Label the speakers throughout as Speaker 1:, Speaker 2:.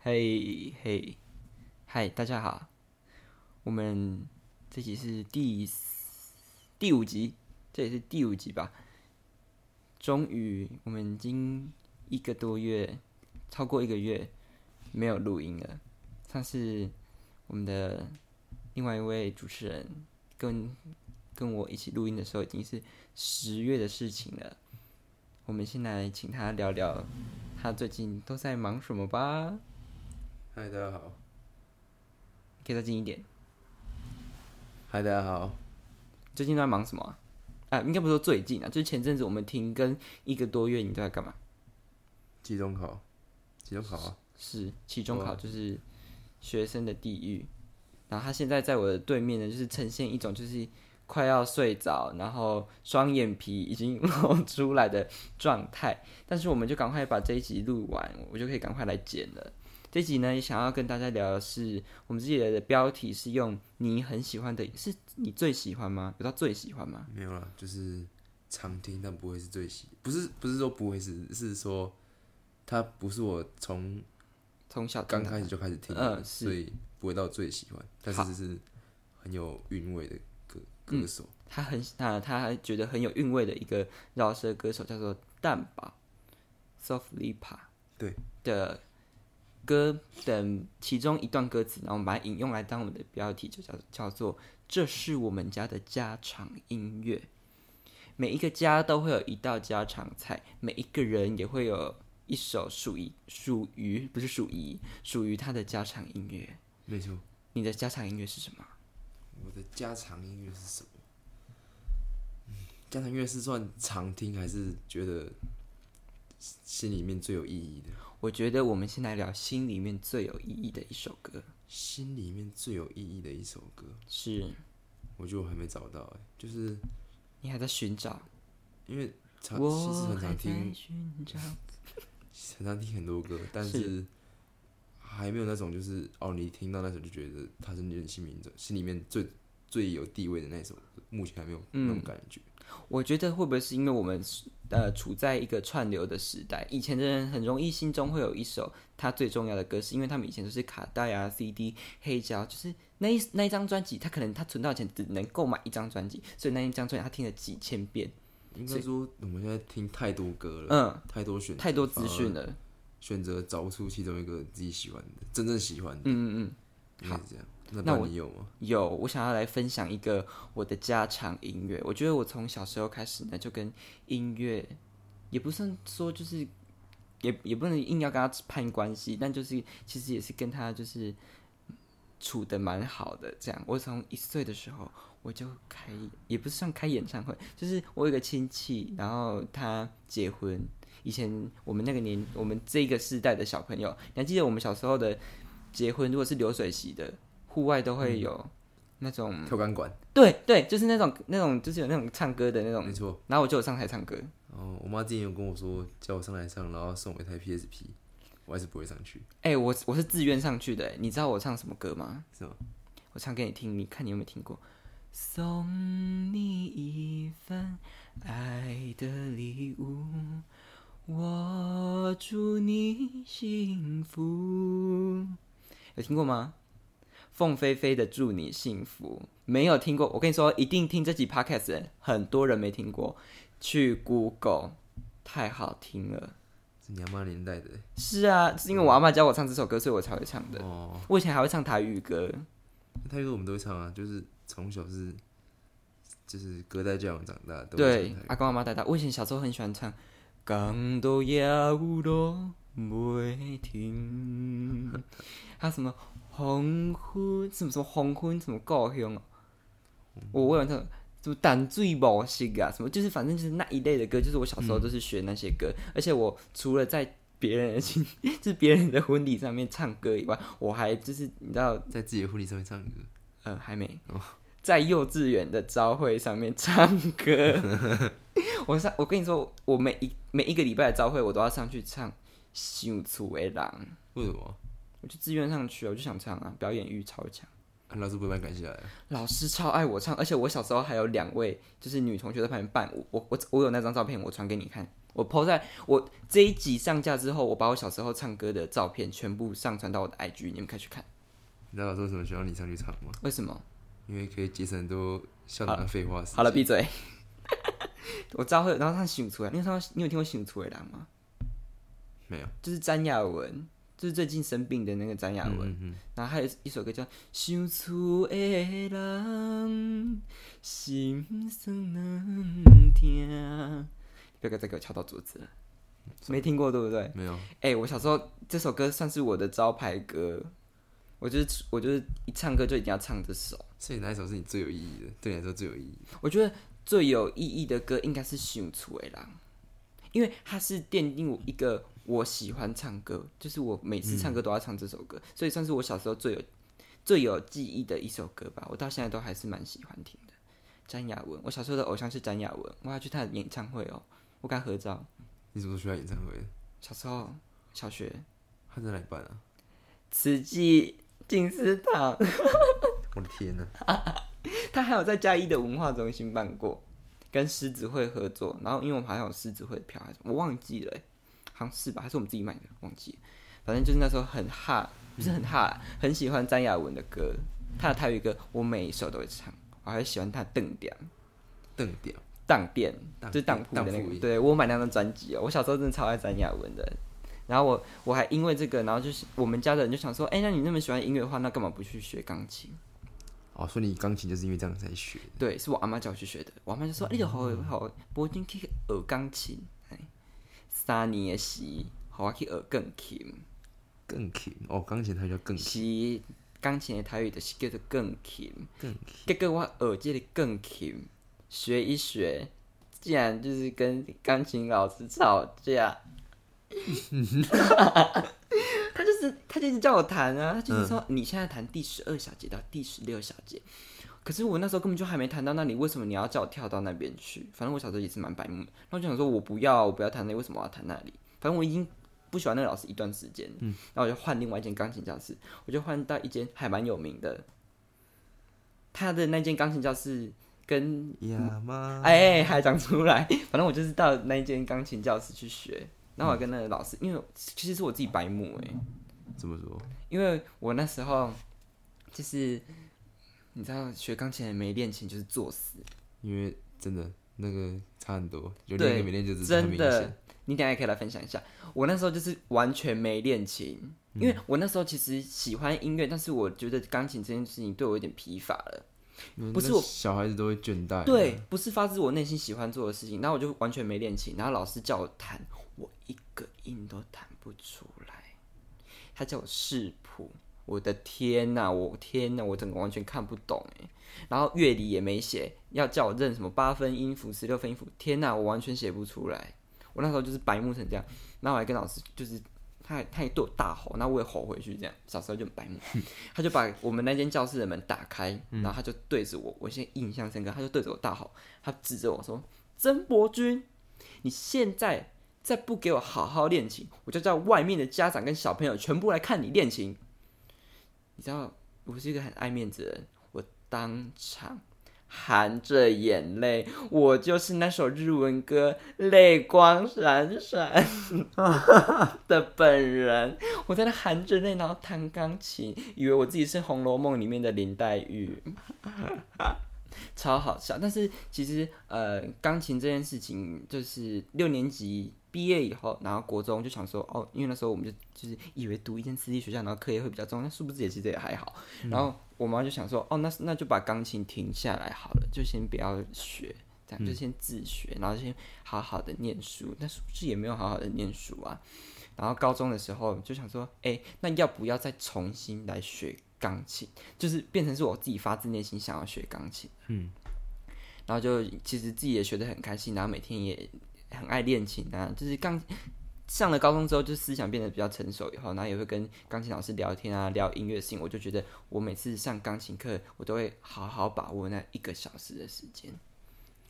Speaker 1: 嘿嘿，嗨，大家好，我们这集是第四第五集，这也是第五集吧。终于，我们已经一个多月，超过一个月没有录音了。上次我们的另外一位主持人跟跟我一起录音的时候，已经是十月的事情了。我们先来请他聊聊他最近都在忙什么吧。
Speaker 2: 嗨，大家好。
Speaker 1: 可以再近一点。
Speaker 2: 嗨，大家好。
Speaker 1: 最近都在忙什么啊？啊应该不是说最近啊，就是前阵子我们停更一个多月，你都在干嘛？
Speaker 2: 期中考，期中考啊，
Speaker 1: 是期中考，就是学生的地狱。然后他现在在我的对面呢，就是呈现一种就是快要睡着，然后双眼皮已经露出来的状态。但是我们就赶快把这一集录完，我就可以赶快来剪了。这集呢，也想要跟大家聊的是，我们自己的标题是用你很喜欢的，是你最喜欢吗？有到最喜欢吗？
Speaker 2: 没有啦，就是常听，但不会是最喜，不是不是说不会是，是说它不是我从
Speaker 1: 从小
Speaker 2: 刚
Speaker 1: 听
Speaker 2: 开始就开始听啊的，
Speaker 1: 嗯是
Speaker 2: 所以不会到最喜欢，但
Speaker 1: 好
Speaker 2: 是是很有韵味的歌歌手。
Speaker 1: 他很他他还觉得很有韵味的一个饶舌歌手叫做蛋堡 s o f t l i p a
Speaker 2: 对
Speaker 1: 的歌等其中一段歌词，然后我们把它引用来当我们的标题，就叫叫做“这是我们家的家常音乐”。每一个家都会有一道家常菜，每一个人也会有一首属于属于不是属于属于他的家常音乐。
Speaker 2: 没错，
Speaker 1: 你的家常音乐是什么？
Speaker 2: 我的家常音乐是什么？嗯家常音乐是算常听，还是觉得心里面最有意义的？
Speaker 1: 我觉得我们先来聊心里面最有意义的一首歌。
Speaker 2: 心里面最有意义的一首歌，
Speaker 1: 是
Speaker 2: 我觉得我还没找到哎、就是
Speaker 1: 你还在寻找，
Speaker 2: 因为常其
Speaker 1: 我
Speaker 2: 实很
Speaker 1: 还在
Speaker 2: 常听，
Speaker 1: 寻找。
Speaker 2: 很常听很多歌，但
Speaker 1: 是
Speaker 2: 是还没有那种就是哦，你听到那首就觉得它是你心里面最心里面最最有地位的那首歌，目前还没有
Speaker 1: 嗯
Speaker 2: 那种感觉。
Speaker 1: 我觉得会不会是因为我们呃处在一个串流的时代？以前的人很容易心中会有一首他最重要的歌，是因为他们以前都是卡带啊、CD、黑胶，就是那一那一张专辑，他可能他存到钱只能购买一张专辑，所以那一张专辑他听了几千遍，
Speaker 2: 应该说我们现在听太多歌了，
Speaker 1: 嗯，
Speaker 2: 太多选择
Speaker 1: 太多资讯，
Speaker 2: 反而
Speaker 1: 了。
Speaker 2: 选择找不出其中一个自己喜欢的，真正喜欢的，
Speaker 1: 嗯嗯嗯。
Speaker 2: 应该是这样。那
Speaker 1: 那
Speaker 2: 不然
Speaker 1: 我
Speaker 2: 你有吗？
Speaker 1: 有，我想要来分享一个我的家常音乐。我觉得我从小时候开始呢，就跟音乐，也不算说就是，也也不能硬要跟他攀关系，但就是其实也是跟他就是处的蛮好的。这样，我从一岁的时候我就开，也不是算开演唱会，就是我有一个亲戚，然后他结婚。以前我们那个年，我们这个世代的小朋友，你还记得我们小时候的结婚，如果是流水席的，户外都会有那种，
Speaker 2: 跳钢管，
Speaker 1: 对对，就是那种那种，就是有那种唱歌的那种
Speaker 2: 没。错。
Speaker 1: 然后我就有上台唱歌，
Speaker 2: 然后我妈之前有跟我说，叫我上来唱，然后送我一台 PSP，我还是不会上去。
Speaker 1: 哎、我我是自愿上去的，哎你知道我唱什么歌吗？
Speaker 2: 是吗？
Speaker 1: 我唱给你听，你看你有没有听过？送你一份爱的礼物，我祝你幸福。有听过吗？凤飞飞的《祝你幸福》没有听过，我跟你说，一定听这集 podcast 的人，很多人没听过，去 Google，太好听了。
Speaker 2: 是你阿妈年代的欸
Speaker 1: 是啊，是因为我阿妈教我唱这首歌，所以我才会唱的。
Speaker 2: 哦，
Speaker 1: 我以前还会唱台语歌，
Speaker 2: 他说我们都会唱啊，就是从小是就是隔代教养长大，都会
Speaker 1: 对
Speaker 2: 唱台，语
Speaker 1: 阿公阿妈带大。我以前小时候很喜欢唱《港都要落袂停》，还有什么黄昏，什么什么黄昏，什么故乡哦。
Speaker 2: 嗯
Speaker 1: 我我有唱什么淡水无息啊，什么就是反正就是那一类的歌，就是我小时
Speaker 2: 嗯
Speaker 1: 候都是学那些歌，而且我除了在别人的 亲，就是别人的婚礼上面唱歌以外，我还就是你知道
Speaker 2: 在自己的婚礼上面唱歌，
Speaker 1: 呃，还没，在幼稚园的招会上面唱歌。我上，我跟你说，我每一每一个礼拜的招会，我都要上去唱《想厝的人》，
Speaker 2: 为什么？
Speaker 1: 啊我就自愿上去，我就想唱啊，表演欲超强。
Speaker 2: 啊老师不会把你赶下来啊。
Speaker 1: 老师超爱我唱，而且我小时候还有两位就是女同学在旁边伴舞，我我我有那张照片，我传给你看。我 PO 在我这一集上架之后，我把我小时候唱歌的照片全部上传到我的 IG，你们可以去看。
Speaker 2: 你知道老师为什么想要你上去唱吗？
Speaker 1: 为什么？
Speaker 2: 因为可以节省很多校长的废话时间
Speaker 1: 好了，闭嘴。 我知道会有，然后他醒出来，你有看到你有听过醒出来狼吗？
Speaker 2: 没有。
Speaker 1: 就是詹雅文，就是最近生病的那个詹雅文。
Speaker 2: 嗯嗯
Speaker 1: 然后还有一首歌叫《想厝的人心酸难听》，不要再给我敲到桌子了。没听过对不对
Speaker 2: 嗯？没有。
Speaker 1: 哎、我小时候这首歌算是我的招牌歌，我就是我就是一唱歌就一定要唱这首。
Speaker 2: 所以哪一首是你最有意义的？对你来说最有意义？
Speaker 1: 我觉得最有意义的歌应该是《想出的人》，因为它是奠定我一个我喜欢唱歌，就是我每次唱歌都要唱这首歌，所以算是我小时候最有最有记忆的一首歌吧。我到现在都还是蛮喜欢听的。詹雅雯，我小时候的偶像是詹雅雯，我要去她的演唱会哦，我跟她合照。
Speaker 2: 你什么时候去他演唱会？
Speaker 1: 小时候，小学，
Speaker 2: 他在哪里办啊？
Speaker 1: 慈济静思堂，
Speaker 2: 我的天呐、
Speaker 1: 他还有在嘉义的文化中心办过，跟狮子会合作。然后因为我们好像有狮子会票还是我忘记了欸、好像是吧？还是我们自己买的，忘记了。反正就是那时候很哈，不是很哈啦，很喜欢张雅文的歌，他的台语歌我每一首都会唱，我还喜欢他的邓点
Speaker 2: 邓屌，
Speaker 1: 当店，
Speaker 2: 当
Speaker 1: 就是当铺的那
Speaker 2: 当铺
Speaker 1: 个。
Speaker 2: 一
Speaker 1: 对我有买那张专辑哦，我小时候真的超爱詹雅文的。然后我我还因为这个，然后就是我们家的人就想说，哎、那你那么喜欢音乐的话，那干嘛不去学钢琴？
Speaker 2: 哦，所以你钢琴就是因为这样才学的。
Speaker 1: 对，是我阿妈叫我去学的。我阿妈就说：“你就好好，无准去学钢琴，哎，三年的时，好我去学钢琴，
Speaker 2: 更琴哦，钢琴它叫更琴，
Speaker 1: 是钢琴的台语就是叫做钢琴。
Speaker 2: 更琴
Speaker 1: 结果我学这个钢琴，学一学，竟然就是跟钢琴老师吵 架。他就是他就是叫我弹啊，他就是说、
Speaker 2: 嗯
Speaker 1: 你现在弹第十二小节到第十六小节，可是我那时候根本就还没弹到那里，为什么你要叫我跳到那边去？反正我小时候也是蛮白目的，然后我就想说我不要，我不要弹那里，为什么我要弹那里？反正我已经不喜欢那个老师一段时间，嗯，然后我就换另外一间钢琴教室，我就换到一间还蛮有名的，他的那间钢琴教室跟
Speaker 2: 呀妈，
Speaker 1: 哎、还长出来。 反正我就是到那一间钢琴教室去学，然后我跟那个老师，因为其实是我自己白目哎、
Speaker 2: 怎么说？
Speaker 1: 因为我那时候就是你知道学钢琴没练琴就是作死，
Speaker 2: 因为真的那个差很多，有
Speaker 1: 对
Speaker 2: 练跟没练就只是很
Speaker 1: 真
Speaker 2: 明
Speaker 1: 的
Speaker 2: 显。，
Speaker 1: 你等一下也可以来分享一下。我那时候就是完全没练琴，因为我那时候其实喜欢音乐，但是我觉得钢琴这件事情对我有点疲乏了。
Speaker 2: 因为
Speaker 1: 不是
Speaker 2: 那
Speaker 1: 我
Speaker 2: 小孩子都会倦怠。
Speaker 1: 对，，不是发自我内心喜欢做的事情，然后我就完全没练琴，然后老师叫我弹，我一个音都弹不出来，他叫我视谱，我的天呐、我天呐、我整个完全看不懂哎，然后乐理也没写，要叫我认什么八分音符、十六分音符，天呐、我完全写不出来，我那时候就是白目成这样，然后我还跟老师就是。他还他也对我大吼，然后我也吼回去，这样小时候就很白目，他就把我们那间教室的门打开，然后他就对着我，我现在印象深刻，他就对着我大吼，他指着我说：“曾伯君，你现在再不给我好好练琴，我就叫外面的家长跟小朋友全部来看你练琴。”你知道，我是一个很爱面子的人，我当场含着眼泪，我就是那首日文歌《泪光闪闪》的本人。我在那含着泪，然后弹钢琴，以为我自己是《红楼梦》里面的林黛玉， 超好笑。但是其实呃，钢琴这件事情，就是六年级毕业以后，然后国中就想说，哦，因为那时候我们就就是以为读一间私立学校，然后课业会比较重，但殊不知也其实也还好。然后我妈就想说，哦，那那就把钢琴停下来好了，就先不要学。这样就先自学，然后先好好的念书，但是不是也没有好好的念书啊？然后高中的时候就想说，哎、那要不要再重新来学钢琴？就是变成是我自己发自内心想要学钢琴。嗯，然后就其实自己也学得很开心，然后每天也很爱练琴啊，就是钢。上了高中之后，就思想变得比较成熟，以后，然后也会跟钢琴老师聊天啊，聊音乐性。我就觉得，我每次上钢琴课，我都会好好把握那一个小时的时间。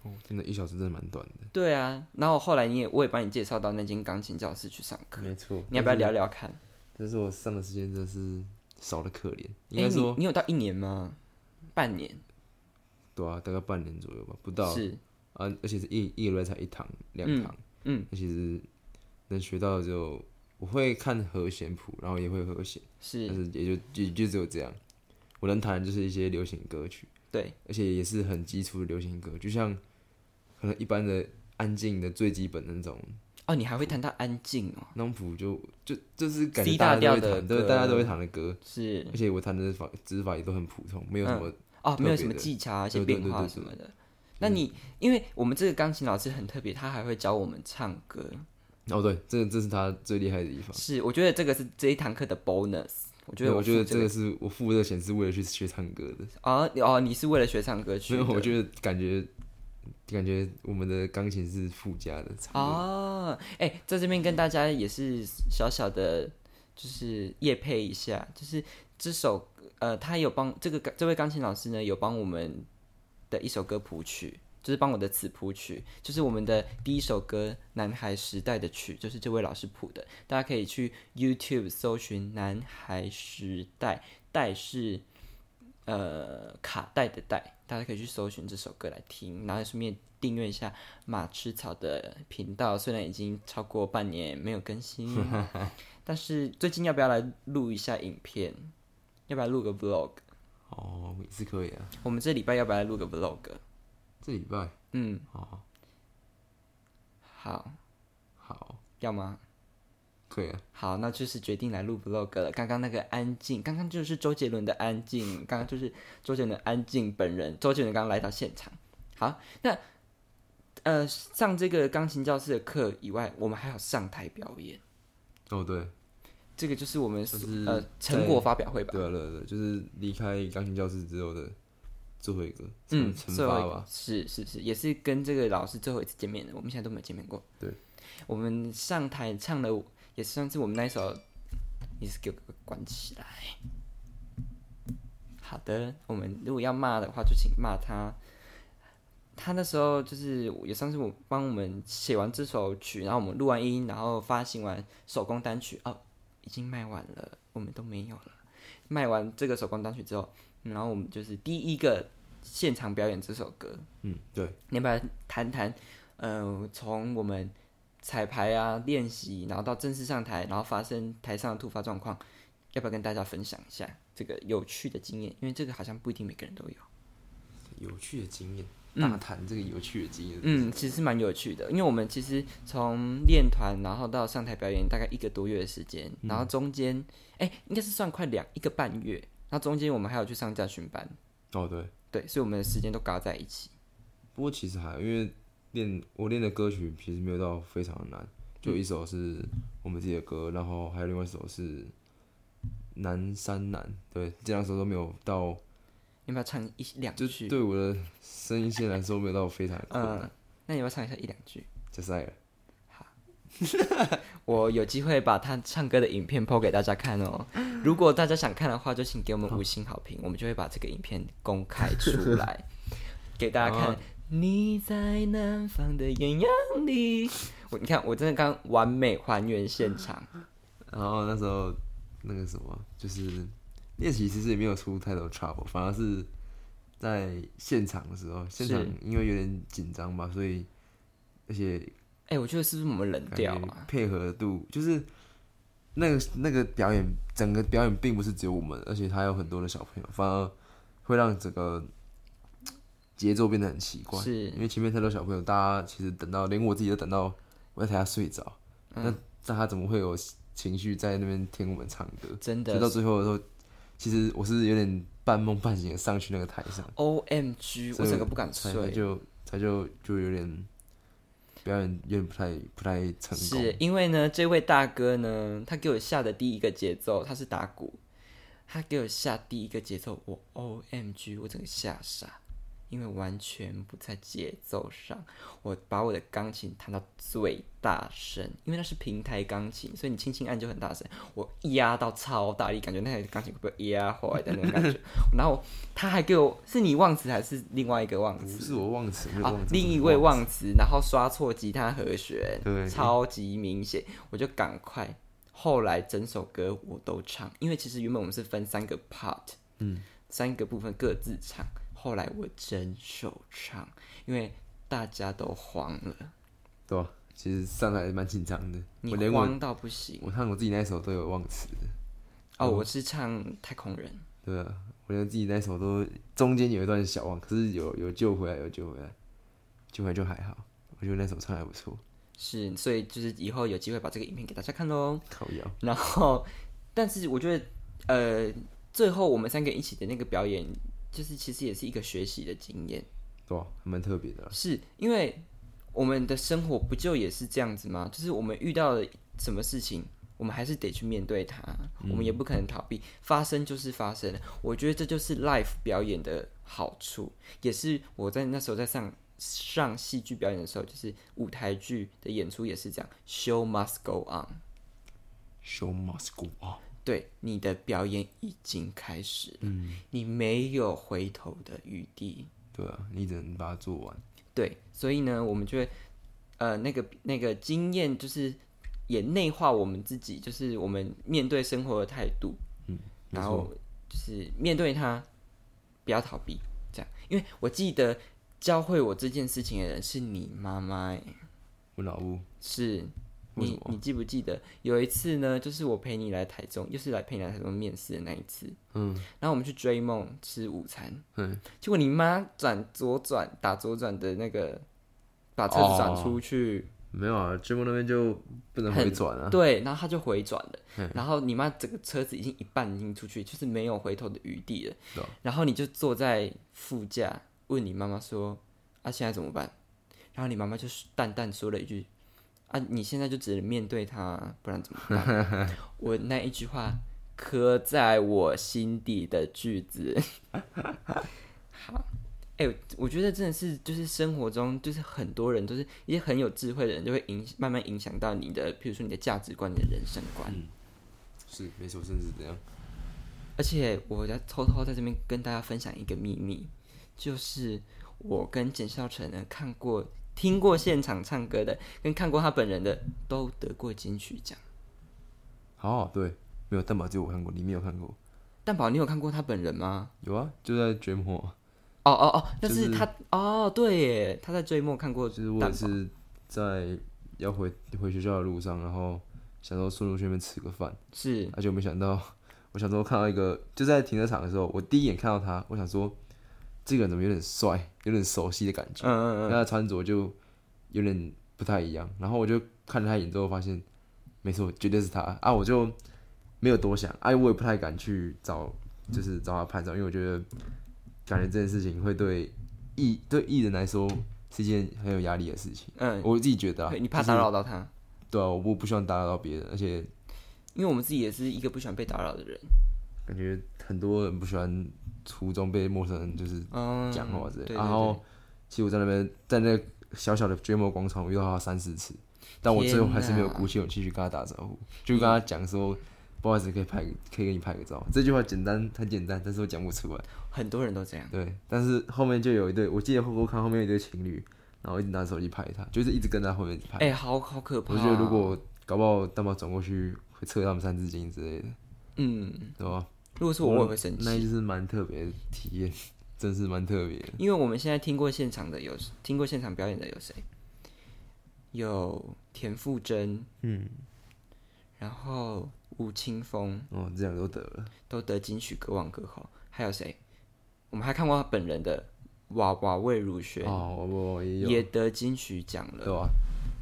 Speaker 2: 哦，真的，一小时真的蛮短的。
Speaker 1: 对啊，然后后来你也，我也帮你介绍到那间钢琴教室去上课，
Speaker 2: 没错
Speaker 1: 你要不要聊聊看？
Speaker 2: 但是我上的时间真的是少的可怜。应
Speaker 1: 哎、
Speaker 2: 该
Speaker 1: 你
Speaker 2: 说，
Speaker 1: 你有到一年吗？半年
Speaker 2: 对啊，大概半年左右吧，不到
Speaker 1: 是，
Speaker 2: 啊，而且是一一个礼拜才一堂两
Speaker 1: 嗯
Speaker 2: 堂，
Speaker 1: 嗯，
Speaker 2: 那其实能学到的就我会看和弦谱，然后也会和弦，但
Speaker 1: 是，
Speaker 2: 是也就也就只有这样。我能弹的就是一些流行歌曲，
Speaker 1: 对，
Speaker 2: 而且也是很基础的流行歌，就像可能一般的安静的最基本的那种
Speaker 1: 哦，你还会谈到安静哦，
Speaker 2: 那种谱就，就就是感
Speaker 1: C
Speaker 2: 觉
Speaker 1: 大
Speaker 2: 大家
Speaker 1: 调
Speaker 2: 都
Speaker 1: 的
Speaker 2: 会弹，对，
Speaker 1: 歌嗯
Speaker 2: 大家都会弹的歌，
Speaker 1: 是，
Speaker 2: 而且我弹的法指法也都很普通，没有什么、
Speaker 1: 哦，没有什
Speaker 2: 哎特别
Speaker 1: 么
Speaker 2: 的
Speaker 1: 技巧啊，一些
Speaker 2: 对对
Speaker 1: 变
Speaker 2: 对
Speaker 1: 化
Speaker 2: 对
Speaker 1: 什
Speaker 2: 对嗯
Speaker 1: 么的。那你，因为我们这个钢琴老师很特别，他还会教我们唱歌，
Speaker 2: 哦，对，这这是他最厉害的地方。
Speaker 1: 是，我觉得这个是这一堂课的 bonus。我觉
Speaker 2: 对
Speaker 1: 得
Speaker 2: 我觉得
Speaker 1: 付这
Speaker 2: 这个是我付这个钱是为了去学唱歌的，
Speaker 1: 哦你哦，你是为了学唱歌去
Speaker 2: 所以
Speaker 1: 的？
Speaker 2: 我觉得感觉感觉我们的钢琴是附加的。差不多
Speaker 1: 哦，哎、在这边跟大家也是小小的，就是夜配一下，就是这首呃，他有帮这个这位钢琴老师呢，有帮我们的一首歌谱曲，就是帮我的词谱曲，就是我们的第一首歌《男孩时代》的曲，就是这位老师谱的，大家可以去 YouTube 搜寻《男孩时代》，代是呃卡带的带，大家可以去搜寻这首歌来听，然后顺便订阅一下马吃草的频道，虽然已经超过半年没有更新，但是最近要不要来录一下影片？要不要录个 vlog？
Speaker 2: 哦，也是可以啊。
Speaker 1: 我们这礼拜要不要来录个 vlog？
Speaker 2: 这礼拜
Speaker 1: 嗯，
Speaker 2: 哦，
Speaker 1: 好，
Speaker 2: 好，
Speaker 1: 要吗？
Speaker 2: 可以啊。
Speaker 1: 好，那就是决定来录 vlog 了。刚刚那个安静，刚刚就是周杰伦的安静，刚刚就是周杰伦的安静本人。周杰伦刚刚来到现场。好，那呃，上这个钢琴教室的课以外，我们还有上台表演，
Speaker 2: 哦，对，
Speaker 1: 这个就是我们所
Speaker 2: 就是
Speaker 1: 呃成
Speaker 2: 在
Speaker 1: 果发表会吧？
Speaker 2: 对啊，对啊对啊，就是离开钢琴教室之后的最后一个
Speaker 1: 嗯，
Speaker 2: 惩
Speaker 1: 最后
Speaker 2: 惩
Speaker 1: 一
Speaker 2: 罚
Speaker 1: 个
Speaker 2: 吧。
Speaker 1: 是是是，也是跟这个老师最后一次见面的，我们现在都没有见面过。
Speaker 2: 对，
Speaker 1: 我们上台唱的也算是我们那一首，你是给我关起来。好的，我们如果要骂的话，就请骂他。他那时候就是也算是我帮我们写完这首曲，然后我们录完音，然后发行完手工单曲哦，已经卖完了，我们都没有了。卖完这个手工单曲之后，然后我们就是第一个现场表演这首歌，
Speaker 2: 嗯，对，
Speaker 1: 你要不要谈谈？呃，从我们彩排啊、练习，然后到正式上台，然后发生台上的突发状况，要不要跟大家分享一下这个有趣的经验？因为这个好像不一定每个人都有。
Speaker 2: 有趣的经验，
Speaker 1: 嗯
Speaker 2: 大谈这个有趣的经验。
Speaker 1: 嗯，其实蛮有趣的，因为我们其实从练团，然后到上台表演，大概一个多月的时间，
Speaker 2: 嗯
Speaker 1: 然后中间，哎、应该是算快两一个半月，然后中间我们还有去上家训班，
Speaker 2: 哦，对。
Speaker 1: 对，所以我们的时间都嘎在一起。
Speaker 2: 不过其实还好因为练我练的歌曲其实没有到非常的难，就一首是我们自己的歌，然后还有另外一首是南山南，对，这两首都没有到，
Speaker 1: 你要不要唱一两
Speaker 2: 就
Speaker 1: 句？
Speaker 2: 对我的声音线来说没有到非常的困
Speaker 1: 嗯
Speaker 2: 难。，
Speaker 1: 那你要不要唱一下一两句？
Speaker 2: 加塞尔，
Speaker 1: 我有机会把他唱歌的影片抛给大家看哦。如果大家想看的话，就请给我们五星好评，我们就会把这个影片公开出来，给大家看。你在南方的艳阳里，我你看，我真的刚完美还原现场。
Speaker 2: 然后那时候那个什么，就是练习其实也没有出太多 trouble，反而是在现场的时候，现场
Speaker 1: 是
Speaker 2: 因为有点紧张吧，所以而且
Speaker 1: 哎、我觉得是不是我们冷
Speaker 2: 感
Speaker 1: 掉
Speaker 2: 觉
Speaker 1: 啊？
Speaker 2: 配合度，就是那个那个表演，整个表演并不是只有我们，而且还有很多的小朋友，反而会让整个节奏变得很奇怪。
Speaker 1: 是
Speaker 2: 因为前面太多小朋友，大家其实等到连我自己都等到我在台下睡着，那、
Speaker 1: 嗯
Speaker 2: 大家怎么会有情绪在那边听我们唱歌？
Speaker 1: 真
Speaker 2: 所以到
Speaker 1: 的
Speaker 2: 最后的时候，其实我是有点半梦半醒的上去那个台上，
Speaker 1: ，O M G，我
Speaker 2: 所以
Speaker 1: 整个不敢
Speaker 2: 才
Speaker 1: 睡。
Speaker 2: 就才就就有点表演有点不太不太成功。
Speaker 1: 是因为呢，这位大哥呢，他给我下的第一个节奏，他是打鼓，他给我下第一个节奏，我 O M G，我整个吓傻，因为完全不在节奏上，我把我的钢琴弹到最大声，因为那是平台钢琴，所以你轻轻按就很大声，我压到超大力，感觉那台钢琴会被压坏的那种感觉。然后他还给我，是你忘词还是另外一个忘
Speaker 2: 不
Speaker 1: 词？
Speaker 2: 是我忘词，没有
Speaker 1: 啊
Speaker 2: 忘，词。
Speaker 1: 另一位忘词，然后刷错吉他和弦，
Speaker 2: 对
Speaker 1: 超级明显，我就赶快，后来整首歌我都唱，因为其实原本我们是分三个 part，嗯，三个部分各自唱，后来我整首唱，因为大家都慌了，
Speaker 2: 对吧、其实上台还蛮紧张的，
Speaker 1: 你
Speaker 2: 我连我
Speaker 1: 慌到不行。
Speaker 2: 我唱我自己那一首都有忘词，
Speaker 1: 哦，我是唱太空人，
Speaker 2: 对啊，我连自己那一首都中间有一段小忘，可是有有救回来，有救回来，救回来就还好，我觉得那首唱得还不错，
Speaker 1: 是，所以就是以后有机会把这个影片给大家看喽。
Speaker 2: 哦靠腰，
Speaker 1: 然后，但是我觉得，呃，最后我们三个一起的那个表演，就是其实也是一个学习的经验，
Speaker 2: 对吧、还蛮特别的啊、
Speaker 1: 是因为我们的生活不就也是这样子吗？就是我们遇到了什么事情，我们还是得去面对它，
Speaker 2: 嗯
Speaker 1: 我们也不可能逃避，发生就是发生了。我觉得这就是 l i f e 表演的好处，也是我在那时候在上。上戏剧表演的时候，就是舞台剧的演出也是这样，show must go on。
Speaker 2: Show must go on，
Speaker 1: 对，你的表演已经开始了，
Speaker 2: 嗯
Speaker 1: 你没有回头的余地。
Speaker 2: 对啊，你只能把它做完，
Speaker 1: 对，所以呢，我们就会，呃，那个那个经验就是也内化我们自己，就是我们面对生活的态度，
Speaker 2: 没
Speaker 1: 然
Speaker 2: 错，
Speaker 1: 后就是面对它，不要逃避，这样。因为我记得教会我这件事情的人是你妈妈、欸，
Speaker 2: 我老吴，
Speaker 1: 是
Speaker 2: 为什
Speaker 1: 你你记不记得有一次呢？就是我陪你来台中，又是来陪你来台中面试的那一次。嗯，然后我们去追梦吃午餐。嗯，结果你妈转左转打左转的那个，把车子转出去，
Speaker 2: 没有啊，追梦那边就不能回转啊，
Speaker 1: 对，然后她就回转了。然后你妈整个车子已经一半已经出去，就是没有回头的余地了。然后你就坐在副驾，问你妈妈说：“啊，现在怎么办？”然后你妈妈就是淡淡说了一句：“啊，你现在就只能面对它，不然怎么办？”我那一句话刻在我心底的句子。 好，哎、我觉得真的是就是生活中，就是很多人就是一些很有智慧的人，就会影慢慢影响到你的，譬如说你的价值观、你的人生观。
Speaker 2: 是没错，甚至怎样，
Speaker 1: 而且我在偷偷在这边跟大家分享一个秘密，就是我跟简孝成呢看过、听过现场唱歌的，跟看过他本人的，都得过金曲奖。
Speaker 2: 哦，对，没有蛋堡只有我看过，你没有看过，
Speaker 1: 蛋宝，你有看过他本人吗？
Speaker 2: 有啊，就在 Dream Hall，
Speaker 1: 哦哦哦，那
Speaker 2: 就是
Speaker 1: 是他、哦，对耶，他在追梦看过
Speaker 2: 就是我
Speaker 1: 蛋
Speaker 2: 也
Speaker 1: 堡
Speaker 2: 是在要回回学校的路上，然后想说顺路去那边吃个饭，
Speaker 1: 是
Speaker 2: 而且我没想到， 我想说看到一个就在停车场的时候，我第一眼看到他，我想说这个人怎么有点帅，有点熟悉的感觉，
Speaker 1: 嗯嗯
Speaker 2: 那他啊穿着就有点不太一样，然后我就看了他一眼之后发现，没错，绝对是他啊，我就没有多想，哎、我也不太敢去找，就是找他拍照，因为我觉得感觉这件事情会对艺对艺人来说是一件很有压力的事情，
Speaker 1: 嗯，
Speaker 2: 我自己觉得、啊
Speaker 1: 对，你怕
Speaker 2: 就是
Speaker 1: 打扰到他，
Speaker 2: 对啊，我不不希望打扰到别人，而且
Speaker 1: 因为我们自己也是一个不喜欢被打扰的人。
Speaker 2: 感觉很多人不喜欢途中被陌生人就是
Speaker 1: 嗯，
Speaker 2: 讲话之类的。
Speaker 1: 对对
Speaker 2: 然后，其实我在那边在那个小小的 Dream 广场我遇到他三四次，但我最后还是没有鼓起勇气去跟他打招呼，就跟他讲说。不好意思，可以拍，可以给你拍个照。这句话简单，很简单，但是我讲不出来。
Speaker 1: 很多人都这样。
Speaker 2: 对，但是后面就有一对，我记得我看后面有一对情侣，然后一直拿手机拍他，就是一直跟在后面拍。
Speaker 1: 哎、好好可怕、
Speaker 2: 我
Speaker 1: 啊。
Speaker 2: 觉得如果搞不好蛋宝转过去会测他们三字经之类的，
Speaker 1: 嗯，
Speaker 2: 对吧？
Speaker 1: 如果是我，我也会生气。
Speaker 2: 那就是蛮特别的体验，真是蛮特别的。
Speaker 1: 因为我们现在听过现场的有听过现场表演的有谁？有田馥甄，嗯，然后吴青峰
Speaker 2: 哦，这样都得了，
Speaker 1: 都得金曲歌王歌后，还有谁？我们还看过他本人的娃娃魏如萱、
Speaker 2: 哦，我我也有，
Speaker 1: 也得金曲奖
Speaker 2: 对
Speaker 1: 了。
Speaker 2: 吧、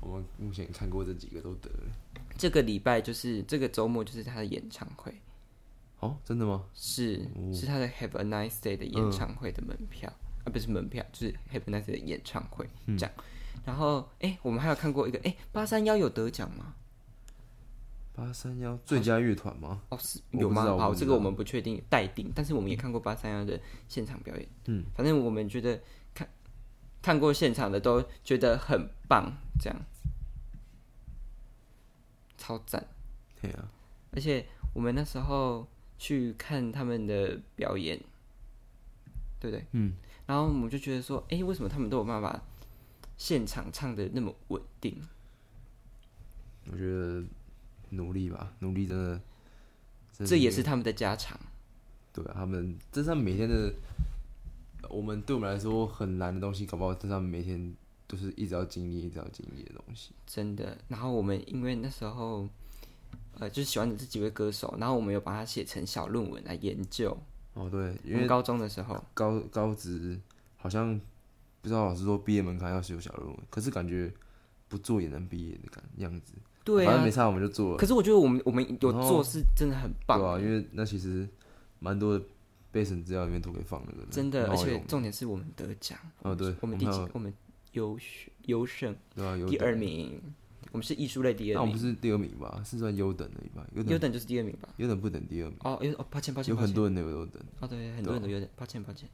Speaker 2: 我们目前看过这几个都得了。
Speaker 1: 这个礼拜就是这个周末就是他的演唱会，
Speaker 2: 哦，真的吗？
Speaker 1: 是、
Speaker 2: 嗯
Speaker 1: 是他的 Have a Nice Day 的演唱会的门票、啊，不是门票，就是 Have a Nice Day 的演唱会、
Speaker 2: 嗯
Speaker 1: 这样。然后哎、我们还有看过一个哎八三幺有得奖吗？
Speaker 2: 八三幺最佳乐团吗？
Speaker 1: 哦，是
Speaker 2: 我
Speaker 1: 有
Speaker 2: 不
Speaker 1: 吗
Speaker 2: 知道？我
Speaker 1: 好，
Speaker 2: 不知
Speaker 1: 这个我们不确定待定，但是我们也看过八三幺的现场表演。嗯，反正我们觉得看看过现场的都觉得很棒，这样超赞。
Speaker 2: 对啊，
Speaker 1: 而且我们那时候去看他们的表演，对不对？嗯。然后我们就觉得说，哎、为什么他们都有办法现场唱的那么稳定？
Speaker 2: 我觉得努力吧，努力真的，真的
Speaker 1: 这也是他们的家常。
Speaker 2: 对啊，他们这是他们每天的，我们对我们来说很难的东西，搞不好这是他们每天都是一直要经历、一直要经历的东西。
Speaker 1: 真的。然后我们因为那时候，呃，就是喜欢的这几位歌手，然后我们有把它写成小论文来研究。
Speaker 2: 哦，对，
Speaker 1: 我
Speaker 2: 因
Speaker 1: 们
Speaker 2: 为
Speaker 1: 高中的时候，
Speaker 2: 高高职好像不知道老师说毕业门槛要是有小论文，可是感觉不做也能毕业的感样子。
Speaker 1: 对
Speaker 2: 反正
Speaker 1: 啊
Speaker 2: 没，差，我们就做了。
Speaker 1: 可是我觉得我们我们有
Speaker 2: 然后
Speaker 1: 做是真的很棒，
Speaker 2: 哦对啊，因为那其实蛮多的备审资料里面都可以放那个的，
Speaker 1: 真的，
Speaker 2: 蛮
Speaker 1: 而
Speaker 2: 好
Speaker 1: 且
Speaker 2: 用的
Speaker 1: 重点是我们得奖。
Speaker 2: 哦对
Speaker 1: 我们
Speaker 2: 我们
Speaker 1: 第
Speaker 2: 还
Speaker 1: 几
Speaker 2: 有？
Speaker 1: 我们优秀优胜
Speaker 2: 对啊，优
Speaker 1: 第
Speaker 2: 等
Speaker 1: 二名，我们是艺术类第
Speaker 2: 那
Speaker 1: 二
Speaker 2: 我们
Speaker 1: 名，
Speaker 2: 是第二名吧？是算优等的吧？优
Speaker 1: 优
Speaker 2: 等
Speaker 1: 等就是第二名吧？
Speaker 2: 优等不等第二名，
Speaker 1: 哦，优哦，抱歉抱歉，
Speaker 2: 有
Speaker 1: 抱
Speaker 2: 很
Speaker 1: 歉
Speaker 2: 多人啊都有优等。
Speaker 1: 哦，对，很多人都有点抱歉，抱歉。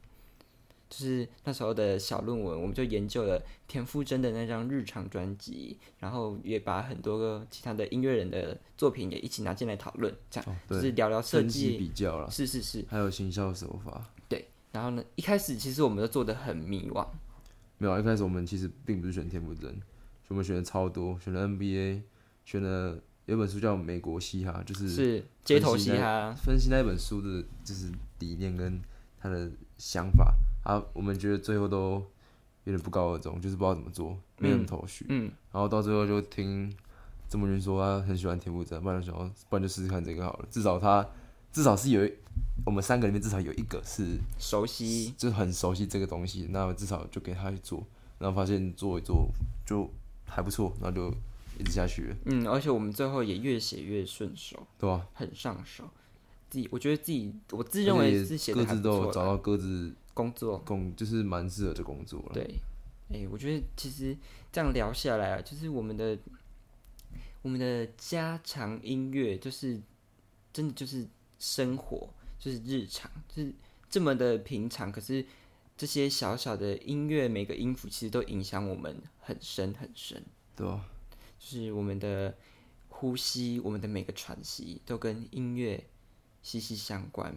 Speaker 1: 就是那时候的小论文，我们就研究了田馥甄的那张日常专辑，然后也把很多个其他的音乐人的作品也一起拿进来讨论，这样、
Speaker 2: 哦
Speaker 1: 就
Speaker 2: 对
Speaker 1: 是聊聊设
Speaker 2: 分析
Speaker 1: 计，
Speaker 2: 比较啦，
Speaker 1: 是是是，
Speaker 2: 还有行销手法。
Speaker 1: 对。然后呢，一开始其实我们都做的很迷惘，
Speaker 2: 没有啊，一开始我们其实并不是选天赋真，我们选了超多，选了 NBA，选了有一本书叫《美国嘻哈》，就是
Speaker 1: 是街头啊
Speaker 2: 分析
Speaker 1: 嘻
Speaker 2: 那
Speaker 1: 哈，
Speaker 2: 分析那一本书的，就是理念跟他的想法啊，我们觉得最后都有点不告而终，就是不知道怎么做，没有头绪、
Speaker 1: 嗯，
Speaker 2: 然后到最后就听郑文君说他很喜欢田馥甄，不然就想要，不然就试试看这个好了，至少他至少是有一我们三个里面至少有一个是
Speaker 1: 熟悉，
Speaker 2: 就是很熟悉这个东西，那至少就给他去做，然后发现做一做就还不错，那就一直下去了，
Speaker 1: 嗯，而且我们最后也越写越顺手，
Speaker 2: 对啊吧、
Speaker 1: 很上手。自己我觉得自己，我自
Speaker 2: 而
Speaker 1: 认为
Speaker 2: 且
Speaker 1: 是写的
Speaker 2: 各
Speaker 1: 还
Speaker 2: 自
Speaker 1: 不
Speaker 2: 都有
Speaker 1: 错
Speaker 2: 找
Speaker 1: 的，
Speaker 2: 到各自
Speaker 1: 工作
Speaker 2: 工，就是蛮适合这工作了。
Speaker 1: 对，哎、我觉得其实这样聊下来啊，就是我们的我们的家常音乐，就是真的就是生活，就是日常，就是这么的平常。可是这些小小的音乐，每个音符其实都影响我们很深很深，
Speaker 2: 对啊吧、
Speaker 1: 就是我们的呼吸，我们的每个喘息都跟音乐息息相关。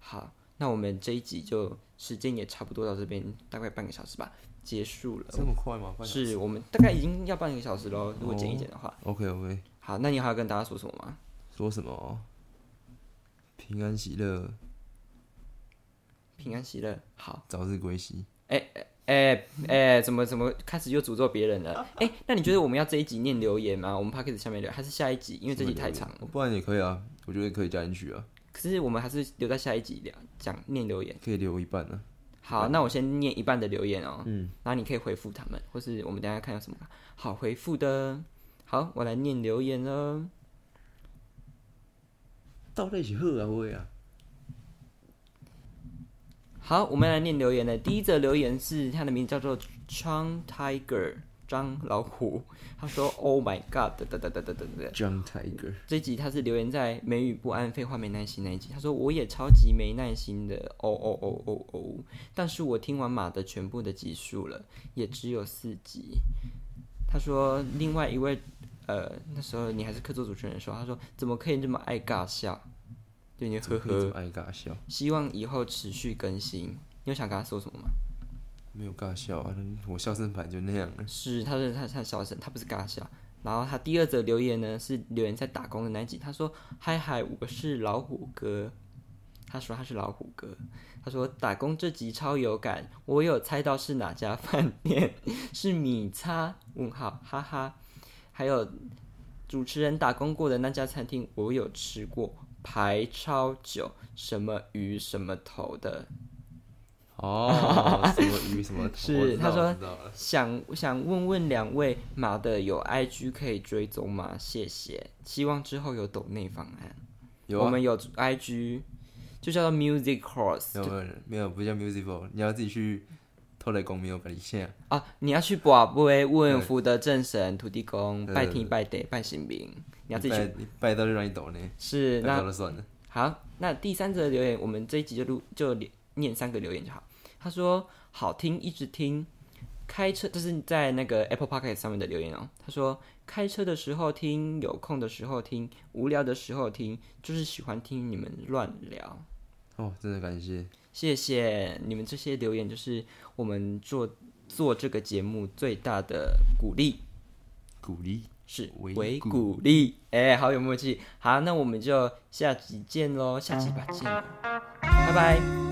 Speaker 1: 好，那我们这一集就时间也差不多到这边，大概半个小时吧，结束了。
Speaker 2: 这么快吗
Speaker 1: 是我们大概已经要半个小时喽，如果剪一剪的话。
Speaker 2: OK OK，
Speaker 1: 好，那你还要跟大家说什么吗？
Speaker 2: 说什么？哦平安喜乐，
Speaker 1: 平安喜乐，好。
Speaker 2: 早日归西。
Speaker 1: 哎、哎、怎么怎么开始又诅咒别人了？哎、那你觉得我们要这一集念留言吗？我们 p a c k a g e 下面留，还是下一集？因为这集太长了，
Speaker 2: 不然也可以啊，我觉得可以加进去啊，
Speaker 1: 可是我们还是留在下一集聊讲念留言。
Speaker 2: 可以留一半啊呢、
Speaker 1: 好，那我先念一半的留言哦，
Speaker 2: 嗯，
Speaker 1: 然后你可以回复他们，或是我们等一下看有什么好回复的。好，我来念留言了。
Speaker 2: 到底是喝啊，会啊。
Speaker 1: 好，我们来念留言了。第一则留言是他的名字叫做 Chang Tiger 张老虎，他说 Oh my God，哒哒哒哒哒哒哒。
Speaker 2: John Tiger，
Speaker 1: 这一集他是留言在美语不安、废话没耐心那一集，他说我也超级没耐心的，哦哦哦哦哦，但是我听完马的全部的集数了，也只有四集。他说另外一位，呃，那时候你还是客座主持人的时候，他说怎么可以这么爱尬笑？对你呵
Speaker 2: 怎么可以这
Speaker 1: 呵
Speaker 2: 么，爱尬笑，
Speaker 1: 希望以后持续更新。你有想跟他说什么吗？
Speaker 2: 没有尬笑啊，
Speaker 1: 嗯
Speaker 2: 我笑声盘就 那样了。
Speaker 1: 是，他是他他小声，他不是尬笑。然后他第二则留言呢是留言在打工的那一集，他说：“嗨嗨，我是老虎哥。”他说他是老虎哥，他说打工这集超有感，我有猜到是哪家饭店，是米叉问号哈哈，还有主持人打工过的那家餐厅，我有吃过，排超久，什么鱼什么头的，
Speaker 2: 哦，什么鱼什么头？
Speaker 1: 是
Speaker 2: 我知道
Speaker 1: 他说
Speaker 2: 我知道了
Speaker 1: 想想问问两位马的有 IG 可以追踪吗？谢谢，希望之后有抖内方案。
Speaker 2: 有
Speaker 1: 我
Speaker 2: 啊，
Speaker 1: 们有 IG，就叫做 Music Horse
Speaker 2: 没有没有没有，不叫 musical，你要自己去偷来公没有把你下。
Speaker 1: 啊！你要去卜杯问福德正神、土地公、
Speaker 2: 对嗯
Speaker 1: 拜天拜地拜神明，你要自己去。
Speaker 2: 拜你拜到就让你抖呢，
Speaker 1: 是
Speaker 2: 拜
Speaker 1: 那
Speaker 2: 到就算了。
Speaker 1: 好，那第三则留言，我们这一集就录就连念三个留言就好。他说好听，一直听。开车这是在那个 Apple p o c k e t 上面的留言哦。他说开车的时候听，有空的时候听，无聊的时候听，就是喜欢听你们乱聊。
Speaker 2: 哦，真的感谢，
Speaker 1: 谢谢你们这些留言，就是我们做做这个节目最大的鼓励。
Speaker 2: 鼓励
Speaker 1: 是
Speaker 2: 维
Speaker 1: 维古力。哎、好嗯有默契。好，那我们就下集见喽，下集吧，见，拜拜。